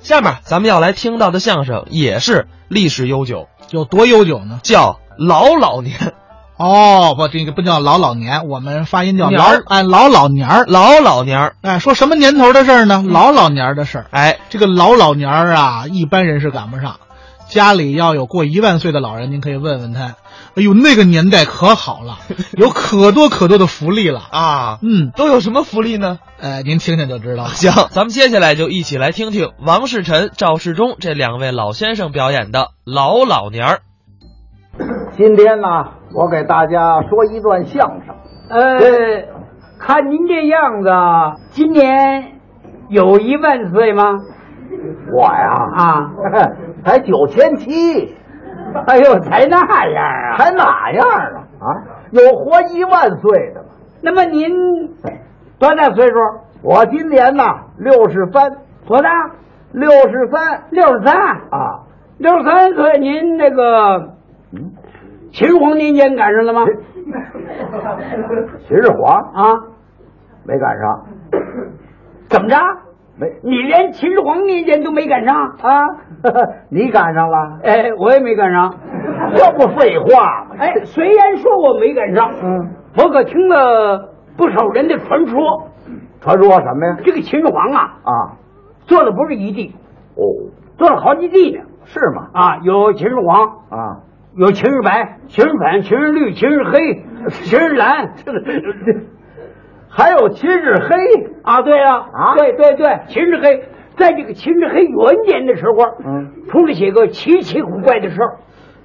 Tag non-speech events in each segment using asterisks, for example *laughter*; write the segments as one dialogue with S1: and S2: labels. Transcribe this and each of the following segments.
S1: 下面咱们要来听到的相声也是历史悠久，
S2: 有多悠久呢？
S1: 叫老老年，
S2: 哦，不，这个不叫老老年，我们发音叫
S1: 年
S2: 老
S1: 儿
S2: 哎老老年儿。
S1: 老老年儿。
S2: 哎，说什么年头的事儿呢？老老年儿的事儿。
S1: 哎，
S2: 这个老老年儿啊，一般人是赶不上。家里要有过一万岁的老人，您可以问问他。哎呦，那个年代可好 *laughs* 了，有可多可多的福利了。
S1: 啊，
S2: 嗯，
S1: 都有什么福利呢？
S2: 呃，您听听就知道了。
S1: 行，咱们接下来就一起来听听王世臣、赵世忠这两位老先生表演的老老年儿。
S3: 今天呢，我给大家说一段相声。
S4: 呃，看您这样子，啊今年有一万岁吗？
S3: 我呀，
S4: 啊，
S3: *laughs* 才九千七，
S4: 哎呦，才那样啊！
S3: 还哪样啊？啊，有活一万岁的吗？
S4: 那么您多大岁数？
S3: 我今年呢，六十三，
S4: 多大？
S3: 六十三
S4: 六十三，
S3: *laughs* 啊，
S4: 六十三岁。您那个嗯秦皇年间赶上了吗？
S3: 秦始皇
S4: 啊，
S3: 没赶上，
S4: 怎么着？
S3: 没 *laughs*
S4: 你连秦皇年间都没赶上啊？
S3: 你赶上了，
S4: 哎，我也没赶上。
S3: 这不废话吗？
S4: 哎，虽然说我没赶上，嗯，我可听了不少人的传说。
S3: 传说什么呀？
S4: 这个秦始皇啊，
S3: 啊，
S4: 做了不是一地，
S3: 哦，
S4: 做了好几地呢。
S3: 是吗？
S4: 啊，有秦始皇，
S3: 啊，
S4: 有秦始白、秦始粉、秦始绿、秦始黑、 *laughs* 秦始蓝。 *laughs*
S3: 还有秦始黑，
S4: 啊，对啊，
S3: 啊
S4: 对对对，秦始黑，在这个秦始黑元年的时候，
S3: 嗯，
S4: 出了些个奇奇古怪的事儿。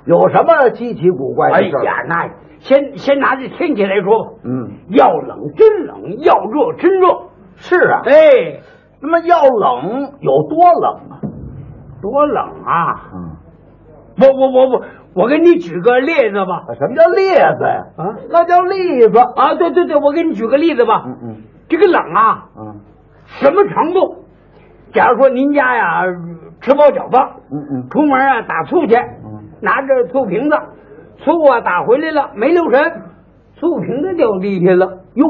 S3: 有什么稀奇古怪
S4: 哎
S3: 的事儿？
S4: 呀，那先先拿这天气来说吧，
S3: 嗯，
S4: 要冷真冷，要热真热。
S3: 是啊，
S4: 哎，
S3: 那么要冷有多冷啊？
S4: 多冷啊！
S3: 嗯，
S4: 我我我我我给你举个例子吧。
S3: 啊什么叫栗子呀？
S4: 啊
S3: 那叫栗子。
S4: 啊，对对对，我给你举个例子吧。
S3: 嗯嗯
S4: 这个冷啊，
S3: 嗯
S4: 什么程度？假如说您家呀吃包饺子，
S3: 嗯嗯
S4: 出门啊打醋去，拿着醋瓶子，醋啊打回来了，没留神，醋瓶子掉地下了。哟，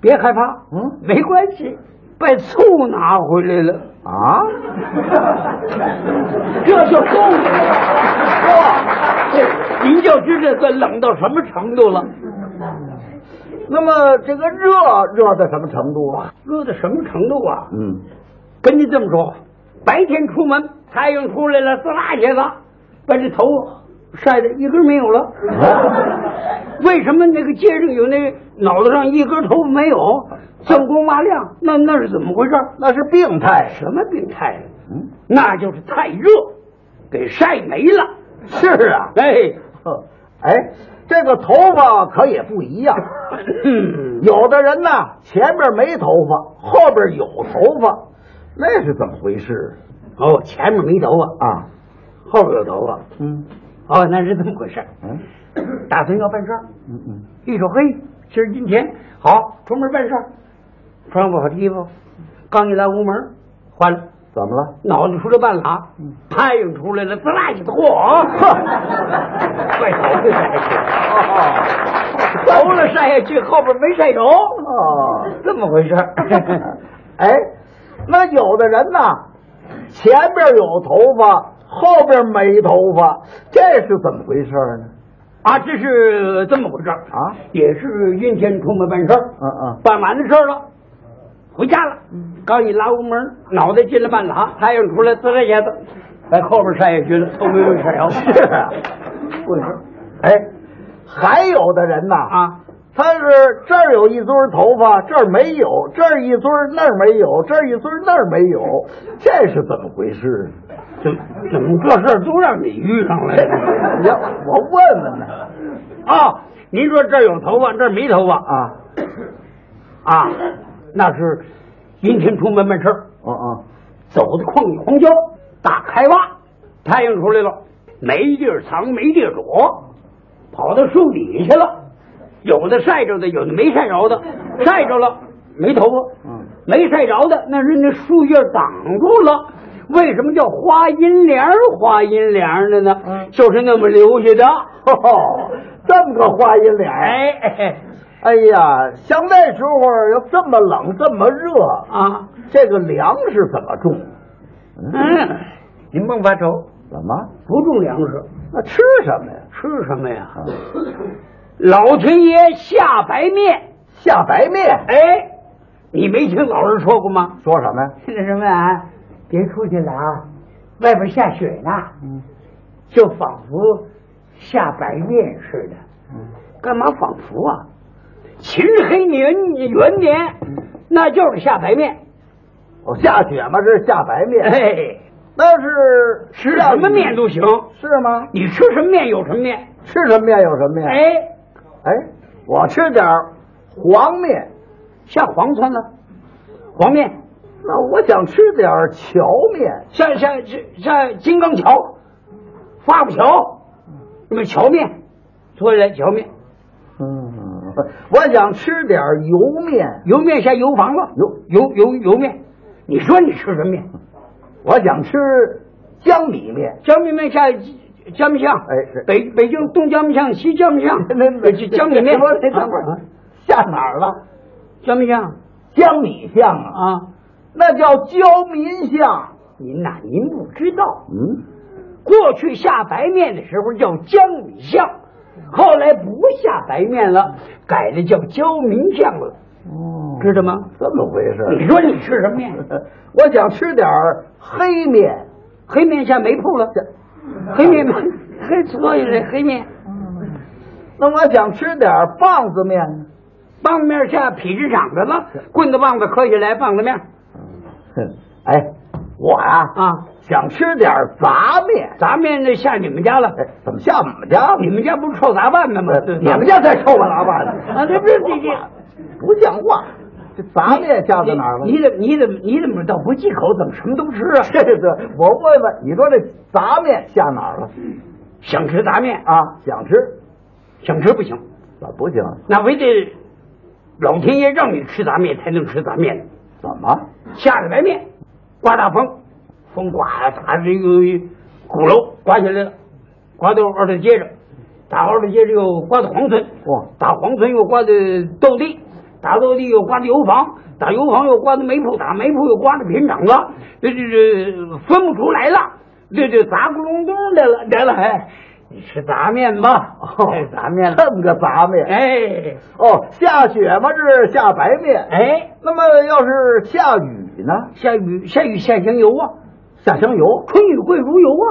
S4: 别害怕，
S3: 嗯
S4: 没关系，把醋拿回来了，
S3: 啊！
S4: *laughs* 这就够了。哇，您就知道这冷到什么程度了，
S3: 那么这个热热到什么程度啊？
S4: 热到什么程度啊？
S3: 嗯，
S4: 跟您这么说，白天出门，太阳出来了，滋啦一下子，把这头晒得一根没有了。 *laughs* 为什么那个街上有那脑袋上一根头发没有，锃光瓦亮？那那是怎么回事？
S3: 那是病态。
S4: 什么病态？
S3: 嗯，
S4: 那就是太热，给晒没了。
S3: 是啊。
S4: 哎，
S3: 呵哎，这个头发可也不一
S4: *laughs*
S3: 样。
S4: 嗯
S3: 有的人呢，前面没头发，后边有头发，那是怎么回事
S4: 哦，前面没头发，
S3: 啊？
S4: 后边有头发。
S3: 嗯
S4: 哦，那是这么回事儿。
S3: 嗯
S4: 打算要办事儿，
S3: 嗯嗯，
S4: 一手黑，今儿今天好，出门办事儿，穿不好的衣服，刚一来屋门，坏了，
S3: 怎么
S4: *laughs*
S3: 了？
S4: 脑袋出来半拉，太阳出来了，滋啦一嚯，快头了晒去，头了晒下去，后边没晒着，
S3: 哦。
S4: 这么回事儿。
S3: *laughs* 哎，那有的人呢，前边有头发，后边没头发，这是怎么回事呢？
S4: 啊，这是这么回事儿
S3: 啊，
S4: 也是阴天出门办事儿，
S3: 嗯嗯
S4: 办完了事儿了，回家了，刚一拉屋门，脑袋进了半拉，太阳出来滋啦一下子，在后边晒下去了，都没有晒着。
S3: 是啊， *laughs*
S4: 不是
S3: 哎，还有的人呐，
S4: 啊，
S3: 他是这儿有一撮头发，这儿没有；这儿一撮那儿没有；这儿一撮那儿没有，这是怎么回事呢？
S4: 怎么怎么这事儿都让你遇上了？
S3: 你要我问问呢
S4: 啊，您说这儿有头发，这儿没头发啊
S3: 啊，
S4: 啊，那是阴天出门办事儿，
S3: 嗯嗯，
S4: 走的旷野荒郊，打开挖，太阳出来了，没地儿藏，没地儿躲，跑到树底下了。有的晒着的，有的没晒着的，晒着了没头发，
S3: 嗯，
S4: 没晒着的那是那树叶挡住了。为什么叫花阴凉儿？花阴凉儿的呢？
S3: 嗯
S4: 就是那么留下的。 *laughs*
S3: 呵呵，这么个花阴脸，
S4: 哎哎
S3: 哎呀，像那时候要这么冷这么热，
S4: 啊，
S3: 这个粮食怎么种？
S4: 嗯，
S5: 您甭发愁，
S3: 怎么？
S4: 不种粮食，
S3: 那吃什么呀？
S4: 吃什么呀？啊老天爷下白面，
S3: 下白面。
S4: 哎，你没听老人说过吗？
S3: 说什么呀？
S4: 那什么啊，别出去了啊，外边下雪呢，就仿佛下白面似的。干嘛仿佛啊？秦黑年元年，那就是下白面。
S3: 哦，下雪嘛，这是下白面。
S4: 哎，
S3: 那是
S4: 吃什么面都行，
S3: 是吗？
S4: 你吃什么面有什么面。
S3: 吃什么面有什么面？
S4: 哎，
S3: 哎，我吃点儿黄面，
S4: 下黄川了，黄面
S3: 那我想吃点儿荞面。
S4: 下下这下金刚桥，发布桥，那么桥面，做来桥面，
S3: 嗯，我想吃点儿油面，
S4: 油面下油房了，
S3: 油
S4: 油油油面，你说你吃什么面？
S3: 我想吃江米面。
S4: 江米面下江米酱，
S3: 哎是
S4: 北北京东江米酱，西江米酱，江米 *laughs* 面，啊
S3: 不是等会儿下哪儿了？
S4: 江米酱
S3: 江米巷啊，
S4: 啊，
S3: 那叫焦民巷。
S4: 您呐，您不知道，
S3: 嗯，
S4: 过去下白面的时候叫江米巷，后来不下白面了，改的叫焦民巷了，
S3: 哦
S4: 知道吗？
S3: 这么回 *laughs* 事儿。
S4: 你说你吃什么 *laughs* 面？
S3: 我想吃点儿黑面，
S4: 黑面下煤铺了，黑面黑所以这黑面，
S3: 嗯那我想吃点儿棒子面。
S4: 棒面下痞子厂子了，棍子棒子磕下来棒子面
S3: 哼哎，我呀、
S4: 啊，
S3: 想吃点儿杂面。
S4: 杂面那下你们家了，
S3: 哎，怎么下我们家？
S4: 你们家不是臭杂拌的吗？
S3: 呃你们家才臭吧杂拌呢！
S4: 啊，这不是这这。
S3: 不像话，这杂面下在哪儿了？
S4: 你你怎么你怎么你怎么倒不忌口？怎么什么都吃
S3: *laughs*
S4: 啊？
S3: 这个，我问问，你说这杂面下哪儿了？
S4: 想吃杂面，
S3: 啊，想吃，
S4: 想吃不行，
S3: 怎么不行？
S4: 那非得老天爷让你吃杂面才能吃杂面呢。
S3: 怎么？
S4: 下着白面，刮大风，风刮打这个鼓楼刮下来了，刮到二道街上，打二道街上又刮到黄村，
S3: 哇
S4: 打黄村又刮到斗地，打斗地又刮到油坊，打油坊又刮到煤铺，打煤铺又刮到平厂子，这这这分不出来了，这这砸咕隆咚来了来了，哎，你吃杂面吧，哎杂面了，
S3: 这么个杂面？
S4: 哎
S3: 哦，下雪嘛，这是下白面。，
S4: 哎，
S3: 那么要是下雨呢？
S4: 下雨下雨下香油啊，
S3: 下香油，
S4: 春雨贵如油啊。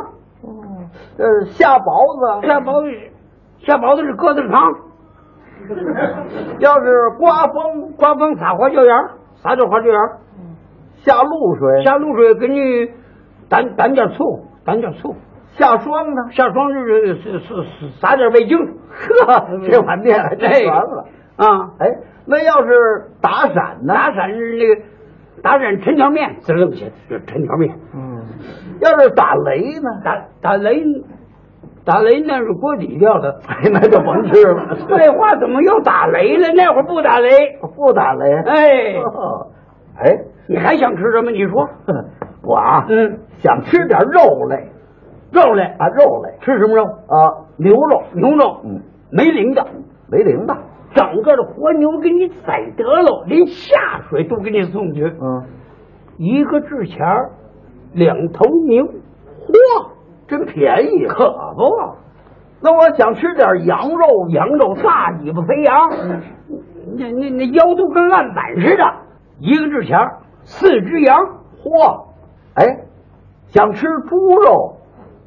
S3: 呃，下雹子。
S4: 下雹子，下雹子是疙瘩汤，
S3: *laughs* 要是刮风，
S4: 刮风撒花椒盐儿，撒点花椒盐儿，
S3: 下露水，
S4: 嗯下露水给你打打点醋，打点醋，
S3: 下霜呢？
S4: 下霜就是是是是撒点味精，
S3: 呵， *laughs* 这碗面还
S4: *laughs*
S3: 真
S4: 哎
S3: 全了。
S4: 啊！
S3: 哎，那要是打伞呢？
S4: 打闪是那个打闪抻条面，滋楞起来抻条面，
S3: 嗯，要是打雷呢？
S4: 打打雷。打雷那是锅底掉的，
S3: 哎，那就甭吃了。
S4: 废话，怎么又打雷了？那会儿不打雷，
S3: *laughs* 不打雷。
S4: 哎
S3: *laughs* 哦，哎，
S4: 你还想吃什么？你说，
S3: 哼 *laughs* 我啊，
S4: 嗯，
S3: 想吃点肉类
S4: 肉类
S3: 啊，肉类
S4: 吃什么肉？
S3: 啊，牛肉，
S4: 牛肉，
S3: 嗯，
S4: 没鳞的，
S3: 没灵的，
S4: 整个的活牛给你宰得了，连下水都给你送去。
S3: 嗯，
S4: 一个纸钱儿，两头牛，嚯，
S3: 真便宜。
S4: 可不，
S3: 那我想吃点羊肉，
S4: 羊肉大尾巴肥羊，那那那腰都跟案板似的。一个纸钱儿，四只羊，
S3: 嚯，哎，想吃猪肉，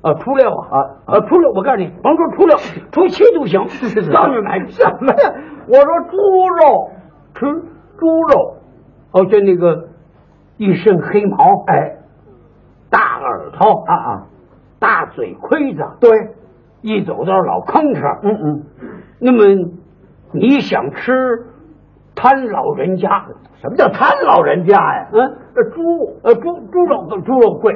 S4: 啊，出料啊
S3: 啊
S4: 啊，出料！我告诉你，甭说出料，出七都行，到那儿买
S3: 什么呀？我说猪肉，
S4: 吃？
S3: 猪肉，
S4: 哦，就那个一身黑毛，
S3: 哎，
S4: 大耳朵
S3: 啊，啊，
S4: 大嘴盔子，
S3: 对，
S4: 一走道老吭哧。
S3: 嗯嗯，
S4: 那么你想吃贪老人家？
S3: 什么叫贪老人家呀？
S4: 嗯，
S3: 这猪
S4: 呃，猪猪肉猪肉贵，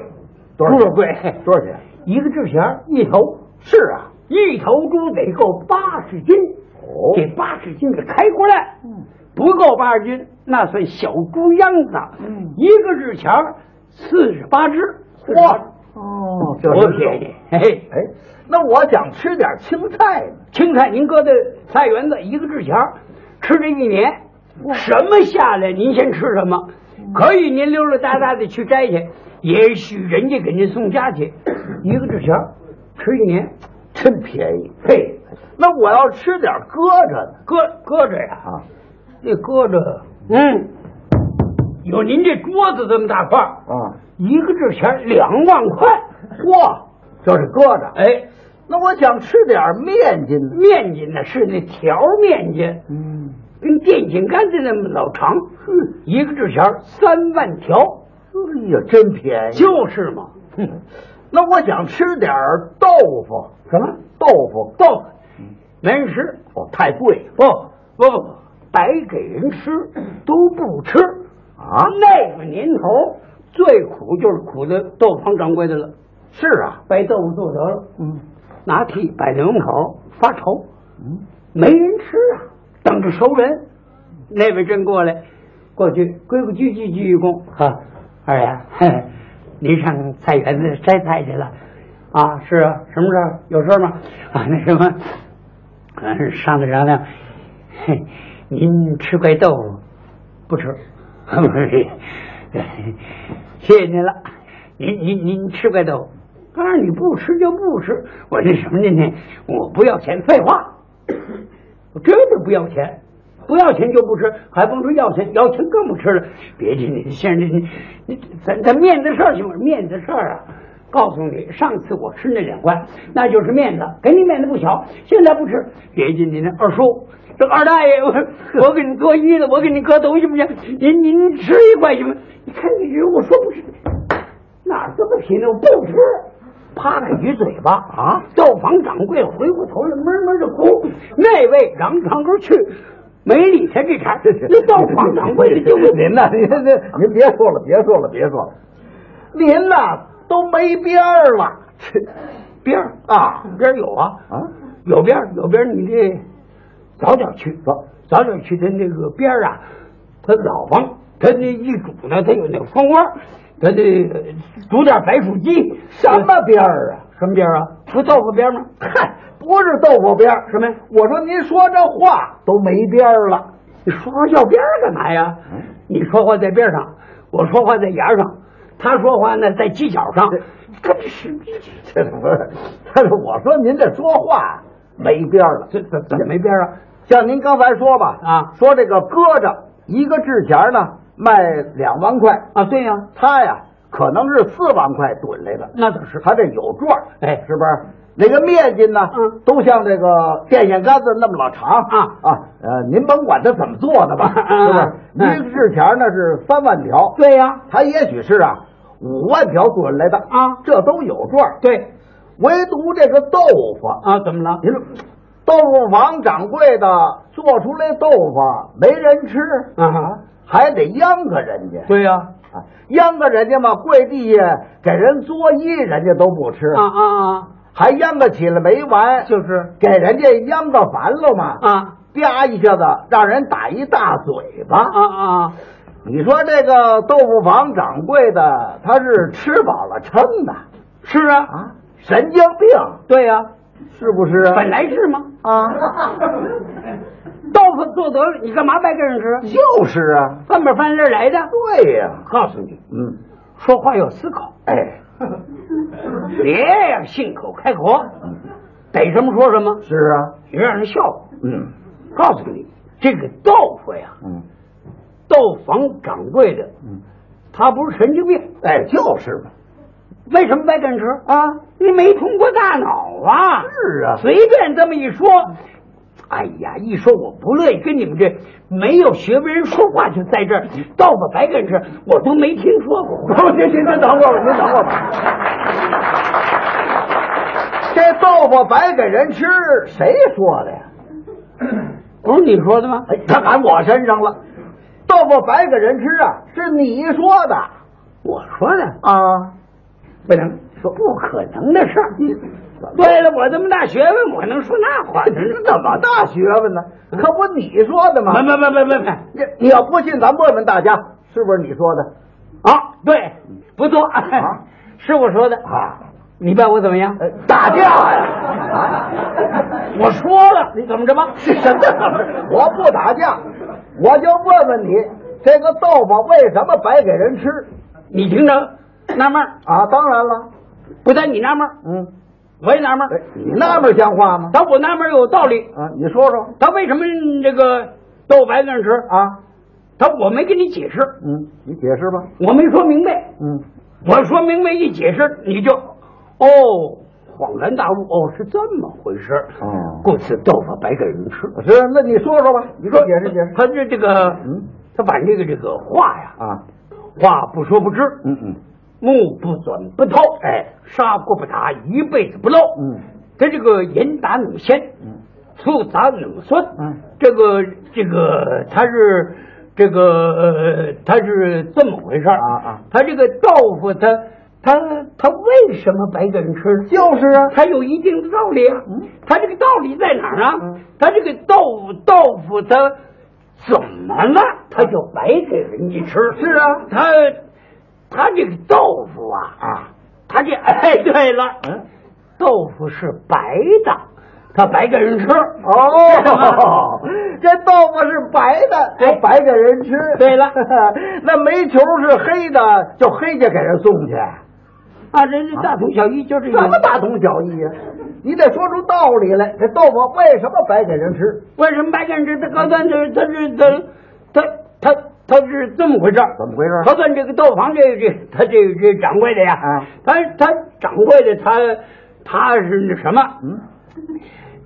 S4: 猪
S3: 多少钱
S4: 肉贵，
S3: 多少钱？
S4: 一个纸钱儿一头。
S3: 是啊，
S4: 一头猪得够八十斤，
S3: 哦
S4: 得八十斤给开过来。嗯，不够八十斤，那算小猪秧子。嗯，一个纸钱儿四十八只，
S3: 嚯，哦，这
S4: 多
S3: 是
S4: 便宜！嘿，
S3: 哎，那我想吃点青菜呢。
S4: 青菜您搁在菜园子一个纸钱儿，吃这一年，
S3: 嗯
S4: 什么下来您先吃什么，可以您溜溜达达的去摘去，也许人家给您送家去，一个纸钱儿吃一年，
S3: 真便宜。
S4: 嘿，
S3: 那我要吃点搁着呢
S4: 搁搁着呀，
S3: 啊，
S4: 那搁着，嗯，有您这桌子这么大块儿，
S3: 啊，
S4: 一个纸钱儿两万块，
S3: 嚯，这是搁着。
S4: 哎，
S3: 那我想吃点面筋呢。
S4: 面筋呢是那条面筋，
S3: 嗯，
S4: 跟电线杆子那么老长，
S3: 哼，
S4: 一个纸钱儿三万条，
S3: 哎呀，真便宜。
S4: 就是嘛，哼，
S3: 那我想吃点儿豆腐，
S4: 什么
S3: 豆嗯腐
S4: 豆腐难吃，
S3: 哦，太贵了
S4: 不不不，白给人吃都不吃
S3: 啊
S4: 那个年头最苦就是苦的豆腐坊掌柜的了，
S3: 是啊，
S4: 白豆腐做得了，
S3: 嗯，
S4: 拿屉摆在门口发愁，
S3: 嗯，
S4: 没人吃啊，等着熟人。那位真过来，过去规规矩矩鞠一躬，哈，二爷，嘿嘿您上菜园子摘菜去了。啊，是啊，什么事儿？有事儿吗？啊，那什么，嗯，商量商量，嘿， *laughs* 您吃块豆腐，不吃， *laughs* 不是，谢谢您了。您您您吃块豆腐，告诉你不吃就不吃。我那什么呢？呢，我不要钱，废话，我真的不要钱，不要钱就不吃，还甭说要钱，要钱更不吃了。别介，你先生，你你咱咱面子事儿行吗？面子事儿啊。告诉你，上次我吃那两块，那就是面子，给你面子不小。现在不吃，别介，您二叔，这二大 *laughs* 爷，我我给你搁衣子，我给你搁东西不行？您您吃一块行吗？你看你这，我说不吃，哪儿这么贫呢？我不吃，啪给一 *laughs* 嘴巴啊！豆房掌柜回过头来，闷闷的哭。那位嚷长根去，没理他这茬。那豆房掌柜的就问
S3: 您呐，您您您别说了，别说了，别说了，您呐都没边儿了
S4: 边儿
S3: 啊
S4: 边儿有啊
S3: 啊！
S4: 有边儿有边儿，你这早点去，早早点去。他那个边儿啊，他老房，他那一煮呢，他有那个蜂窝，他这煮点白薯鸡，
S3: 什么边儿啊？
S4: 什么边儿啊？不豆腐边儿吗？
S3: 嗨，不是豆腐边儿
S4: 什么呀
S3: 我说您说这话都没边儿了，嗯
S4: 你说话要边儿干嘛呀？你说话在边上，我说话在沿上，他说话呢在犄角上，跟这是
S3: 这不是？但是我说您这说话没边儿了，
S4: 这怎怎么没边儿啊？
S3: 像您刚才说吧，
S4: 啊
S3: 说这个搁着一个纸钱儿呢卖两万块，
S4: 啊，对呀、
S3: 他呀可能是四万块趸来的，
S4: 那倒是。
S3: 他这有转儿，
S4: 哎
S3: 是不是？那个面筋呢，
S4: 嗯
S3: 都像这个电线杆子那么老长
S4: 啊
S3: 啊，呃，您甭管它怎么做的吧，
S4: 嗯
S3: 是不是？
S4: 嗯
S3: 一个制钱儿呢是三万条，
S4: 对呀、
S3: 它也许是啊五万条做来的
S4: 啊
S3: 这都有转儿，
S4: 对
S3: 唯独这个豆腐，
S4: 啊，怎么了？
S3: 您豆腐房掌柜的做出来豆腐没人吃，
S4: 啊，
S3: 还得央个人家，
S4: 对呀、
S3: 啊，央个人家嘛，跪地下给人作揖，人家都不吃
S4: 啊啊啊，
S3: 还秧歌起来没完，
S4: 就是
S3: 给人家秧歌烦了嘛，
S4: 啊
S3: 啪一下子让人打一大嘴巴。
S4: 啊啊啊，
S3: 你说这个豆腐坊掌柜的他是吃饱了撑的
S4: 是啊，
S3: 啊，神经病
S4: 对呀、
S3: 是不是？
S4: 本来是吗？
S3: 啊，
S4: 豆腐做得了，你干嘛白给人吃？
S3: 就是啊，
S4: 翻本翻这来的。
S3: 对呀、
S4: 告诉你，
S3: 嗯，
S4: 说话要思考。
S3: 哎，
S4: *laughs* 别呀，信口开河，逮什么说什么，
S3: 嗯是啊，
S4: 你让人笑话。
S3: 嗯
S4: 告诉你，这个豆腐呀，
S3: 嗯
S4: 豆房掌柜的，
S3: 嗯，
S4: 他不是神经病，
S3: 哎，就是嘛，
S4: 为什么白干吃啊？你没通过大脑啊！
S3: 是啊
S4: 随便这么一说，哎呀，一说我不乐意跟你们这没有学问人说话，就在这儿倒吧白干吃，我都没听说过。
S3: 您您您等会儿，您等会儿
S4: *laughs*
S3: 吧。这豆腐白给人吃，谁说的呀？
S4: 不是哦你说的吗？
S3: 哎，他赶我身上了。豆腐白给人吃啊，是你说的
S4: 我说的
S3: 啊？
S4: 不能说不可能的事儿。对了，我这么大学问，我能说那话？
S3: 你这怎么大学问呢？可不你说的吗？
S4: 嗯没没没没没没
S3: 你你要不信，咱问问大家，是不是你说的
S4: 啊！对，啊不错， *laughs* 是我说的。
S3: 啊？
S4: 你把我怎么样？
S3: 呃打架呀、
S4: 啊我说了，你怎么着 *laughs* 吧？
S3: 是什么？我不打架，我就问问你，这个豆腐为什么白给人吃？
S4: 你听着，
S3: 纳闷儿，
S4: 啊，当然了，
S3: 不但你纳闷儿，
S4: 嗯，
S3: 我也纳闷
S4: 哎
S3: 儿。
S4: 你纳闷儿像话吗？
S3: 但我纳闷儿有道理，
S4: 啊，你说说
S3: 他为什么这个豆白乱吃？
S4: 啊，
S3: 他我没跟你解释，
S4: 嗯，你解释吧，
S3: 我没说明白。
S4: 嗯，
S3: 我说明白一解释，你就哦恍然大悟，哦是这么回事儿。
S4: 哦
S3: 故此豆腐白给人吃。
S4: 是，那你说说吧，你给我解释解释
S3: 他这这个，
S4: 嗯，
S3: 他把这个这个话呀，
S4: 啊，
S3: 话不说不知，
S4: 嗯嗯，
S3: 目不转不透，哎，砂锅不打一辈子不漏。
S4: 嗯，
S3: 他这个盐打冷鲜，
S4: 嗯，
S3: 醋打冷酸，
S4: 嗯，
S3: 这个这个他是这个呃他是这么回事儿
S4: 啊啊，
S3: 他这个豆腐他他他为什么白给人吃呢？
S4: 就是啊，
S3: 它有一定的道理啊。
S4: 嗯，
S3: 它这个道理在哪儿啊
S4: 嗯？
S3: 它这个豆腐豆腐它怎么了？它就白给人家吃。
S4: 是啊
S3: 它它这个豆腐啊
S4: 啊，
S3: 它这哎，对了，
S4: 嗯，
S3: 豆腐是白的，它白给人吃。 *laughs*
S4: 哦，这豆腐是白的，
S3: 哎
S4: 就白给人吃。
S3: 对 *laughs* 了
S4: 那煤球是黑的，就黑家给人送去。
S3: 啊，人家大同小异，就是
S4: 什么大同小异呀、你得说出道理来。这豆腐为什么白给人吃？
S3: 为什么白给人吃？它高端就是它是它它它它是这么回事儿。
S4: 怎么回事
S3: 他问这个豆房这这他这这掌柜的呀，
S4: 啊
S3: 他他掌柜的他他是那什么？
S4: 嗯，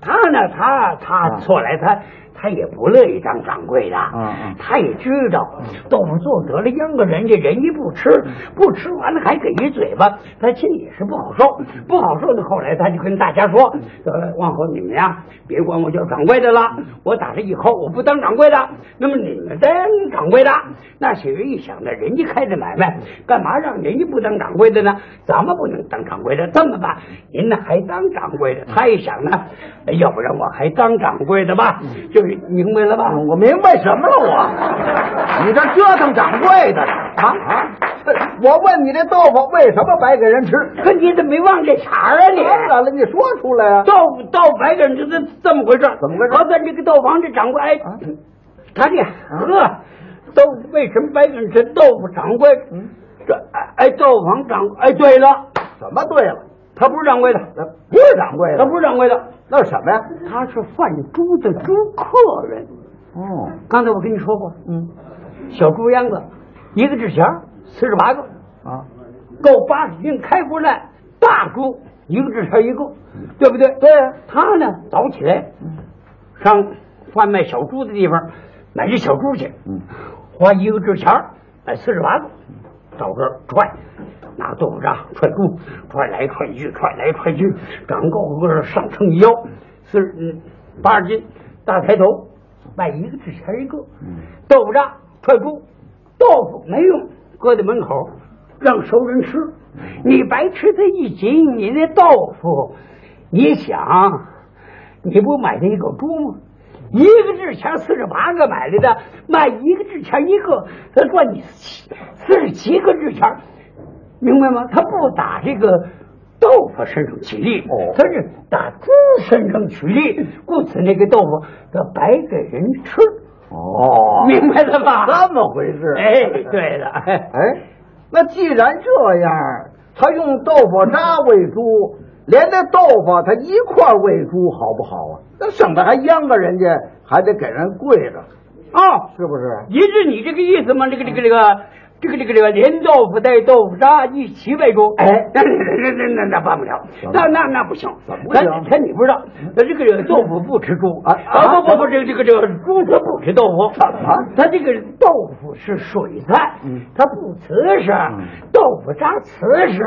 S3: 他呢，他他
S4: 啊
S3: 错来他。他也不乐意当掌柜的，
S4: 嗯嗯
S3: 他也知道豆腐做得了殃个人家，人家不吃，不吃完了还给一嘴巴，他心里也是不好受，不好受呢。后来他就跟大家说：“得了，往后你们呀，别管我叫掌柜的了，我打这以后我不当掌柜的，那么你们当掌柜的。”那些人一想呢，人家开的买卖，干嘛让人家不当掌柜的呢？咱们不能当掌柜的，这么办？您呢还当掌柜
S4: 嗯
S3: 的？他一想呢，哎要不然我还当掌柜的吧？就是明白了吧？
S4: 嗯我明白什么了
S3: *laughs*
S4: 我？你这折腾掌柜的呢啊啊！我问你，这豆腐为什么白给人吃？
S3: 可你怎么没忘这茬儿啊你？
S4: 当然了，你说出来啊！
S3: 豆腐豆腐白梗是这这么回事儿
S4: 怎么回事儿
S3: 好咱这个豆房这掌柜，哎，
S4: 啊
S3: 他这呵，豆腐为什么白梗是豆腐掌柜？
S4: 嗯
S3: 这哎哎豆腐房掌哎，对了，
S4: 怎么对了？
S3: 他不是掌柜的，
S4: 那不是掌柜的，
S3: 他不是掌柜的，
S4: 那是什么呀？
S3: 他是贩猪的猪客人。
S4: 哦，
S3: 刚才我跟你说过，
S4: 嗯
S3: 小猪秧子一个纸钱四十八个，
S4: 啊，
S3: 够八十斤开锅烂，大猪一个纸钱一个，对不对？对、他呢早起来上贩卖小猪的地方买这小猪去，
S4: 嗯，
S3: 花一个纸钱儿买四十八个，找个踹，拿豆腐渣踹猪，踹来踹去，踹来踹去，长高个儿上称一腰，四十嗯八十斤，大抬头卖一个纸钱儿一个，豆腐渣踹猪，豆腐没用，搁在门口让熟人吃，你白吃它一斤，你那豆腐，你想。你不买那一口猪吗？一个纸钱四十八个买来的，卖一个纸钱一个，他赚你四十七个纸钱，明白吗？他不打这个豆腐身上取利，
S4: 哦
S3: 他是打猪身上取利，故此那个豆腐他白给人吃，
S4: 哦
S3: *laughs* 明白 *laughs* 了
S4: *laughs*
S3: 吧？
S4: 这么回事。
S3: 哎，对了，哎
S4: 哎，那既然这样，他用豆腐渣喂猪，连那豆腐他一块儿喂猪，好不好啊？那省得还殃着人家，还得给人跪着，
S3: 哦，
S4: 是不是？
S3: 也是你这个意思吗？这个这个这个这个这个这个连豆腐带豆腐渣一起喂猪？
S4: 哎
S3: 那那那那那办不了
S4: 怎，么
S3: 那那那不行，
S4: 怎么不行
S3: 那你不知道，那这个豆腐不吃猪
S4: 啊啊
S3: 不不不，这个这个这个猪它不吃豆腐，
S4: 怎么
S3: 它啊这个豆腐是水菜，
S4: 嗯
S3: 它不瓷实
S4: 嗯，
S3: 豆腐渣瓷实，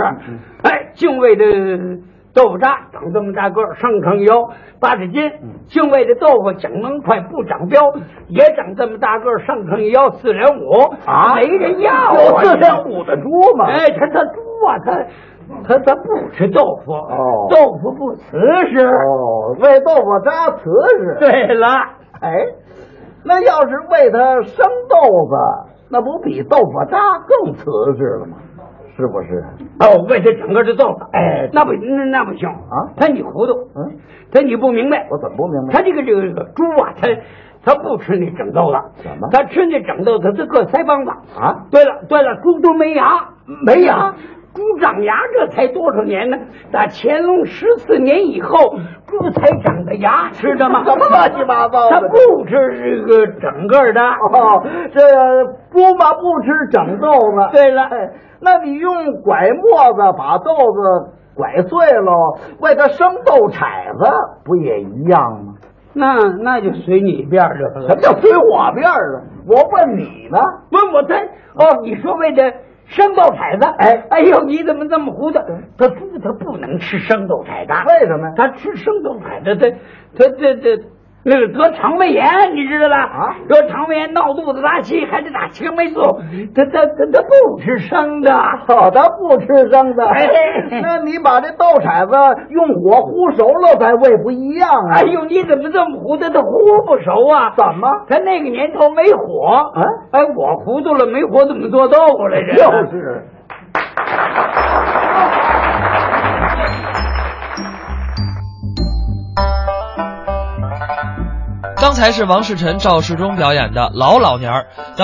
S3: 哎，净喂的。豆腐渣长这么大个儿，上称腰八十斤，
S4: 嗯
S3: 净喂的豆腐长能快不长膘，也长这么大个儿，上称腰四两五
S4: 啊
S3: 没人要啊
S4: 有四两五的猪吗
S3: 哎，他他猪啊，他他他不吃豆腐，
S4: 哦
S3: 豆腐不瓷实。
S4: 哦，喂豆腐渣瓷实。，
S3: 对了，
S4: 哎，那要是喂他生豆子，那不比豆腐渣更瓷实了吗？是不是？
S3: 哦，为他整个的豆腐，
S4: 哎
S3: 那不那那不行
S4: 啊
S3: 他你糊涂，
S4: 嗯，
S3: 他你不明白，
S4: 我怎么不明白？
S3: 他这个这个猪啊，他他不吃那整豆子，
S4: 怎么
S3: 他吃那整豆子，他硌腮帮子
S4: 啊
S3: 对了对了，猪都没牙，
S4: 没牙，啊猪长牙这才多少年呢？打乾隆十四年以后，猪才长的牙，知 *laughs* 道吗？
S3: 什么乱七八糟的
S4: 他不吃这个整个的。
S3: 哦，这不吧不吃整豆子。
S4: 对了，
S3: 哎，那你用拐磨子把豆子拐碎喽，为它生豆铲子，不也一样吗？
S4: 那那就随你便儿得
S3: 什么
S4: 了。
S3: 叫随我便儿啊？我问你呢。
S4: 问我他哦，你说为这生豆铲子？
S3: 哎
S4: 哎呦，你怎么这么糊涂？他不，他不能吃生豆铲子。
S3: 为什么呀
S4: 他吃生豆铲子，他他这这那个得肠胃炎，你知道吧？
S3: 啊
S4: 得肠胃炎闹肚子拉稀，还得打青霉素。他他他他不吃生的。
S3: 哦，他不吃生的。
S4: 哎
S3: 那你把这豆铲子用火烀熟了再喂，不一样啊？
S4: 哎呦，你怎么这么糊涂？他糊不熟啊？
S3: 怎么
S4: 他那个年头没火
S3: 啊
S4: 哎，我糊涂了，没火怎么做豆腐啊来着？
S3: 就是。
S1: 刚才是王世臣、赵世忠表演的《老老年儿》，咱们。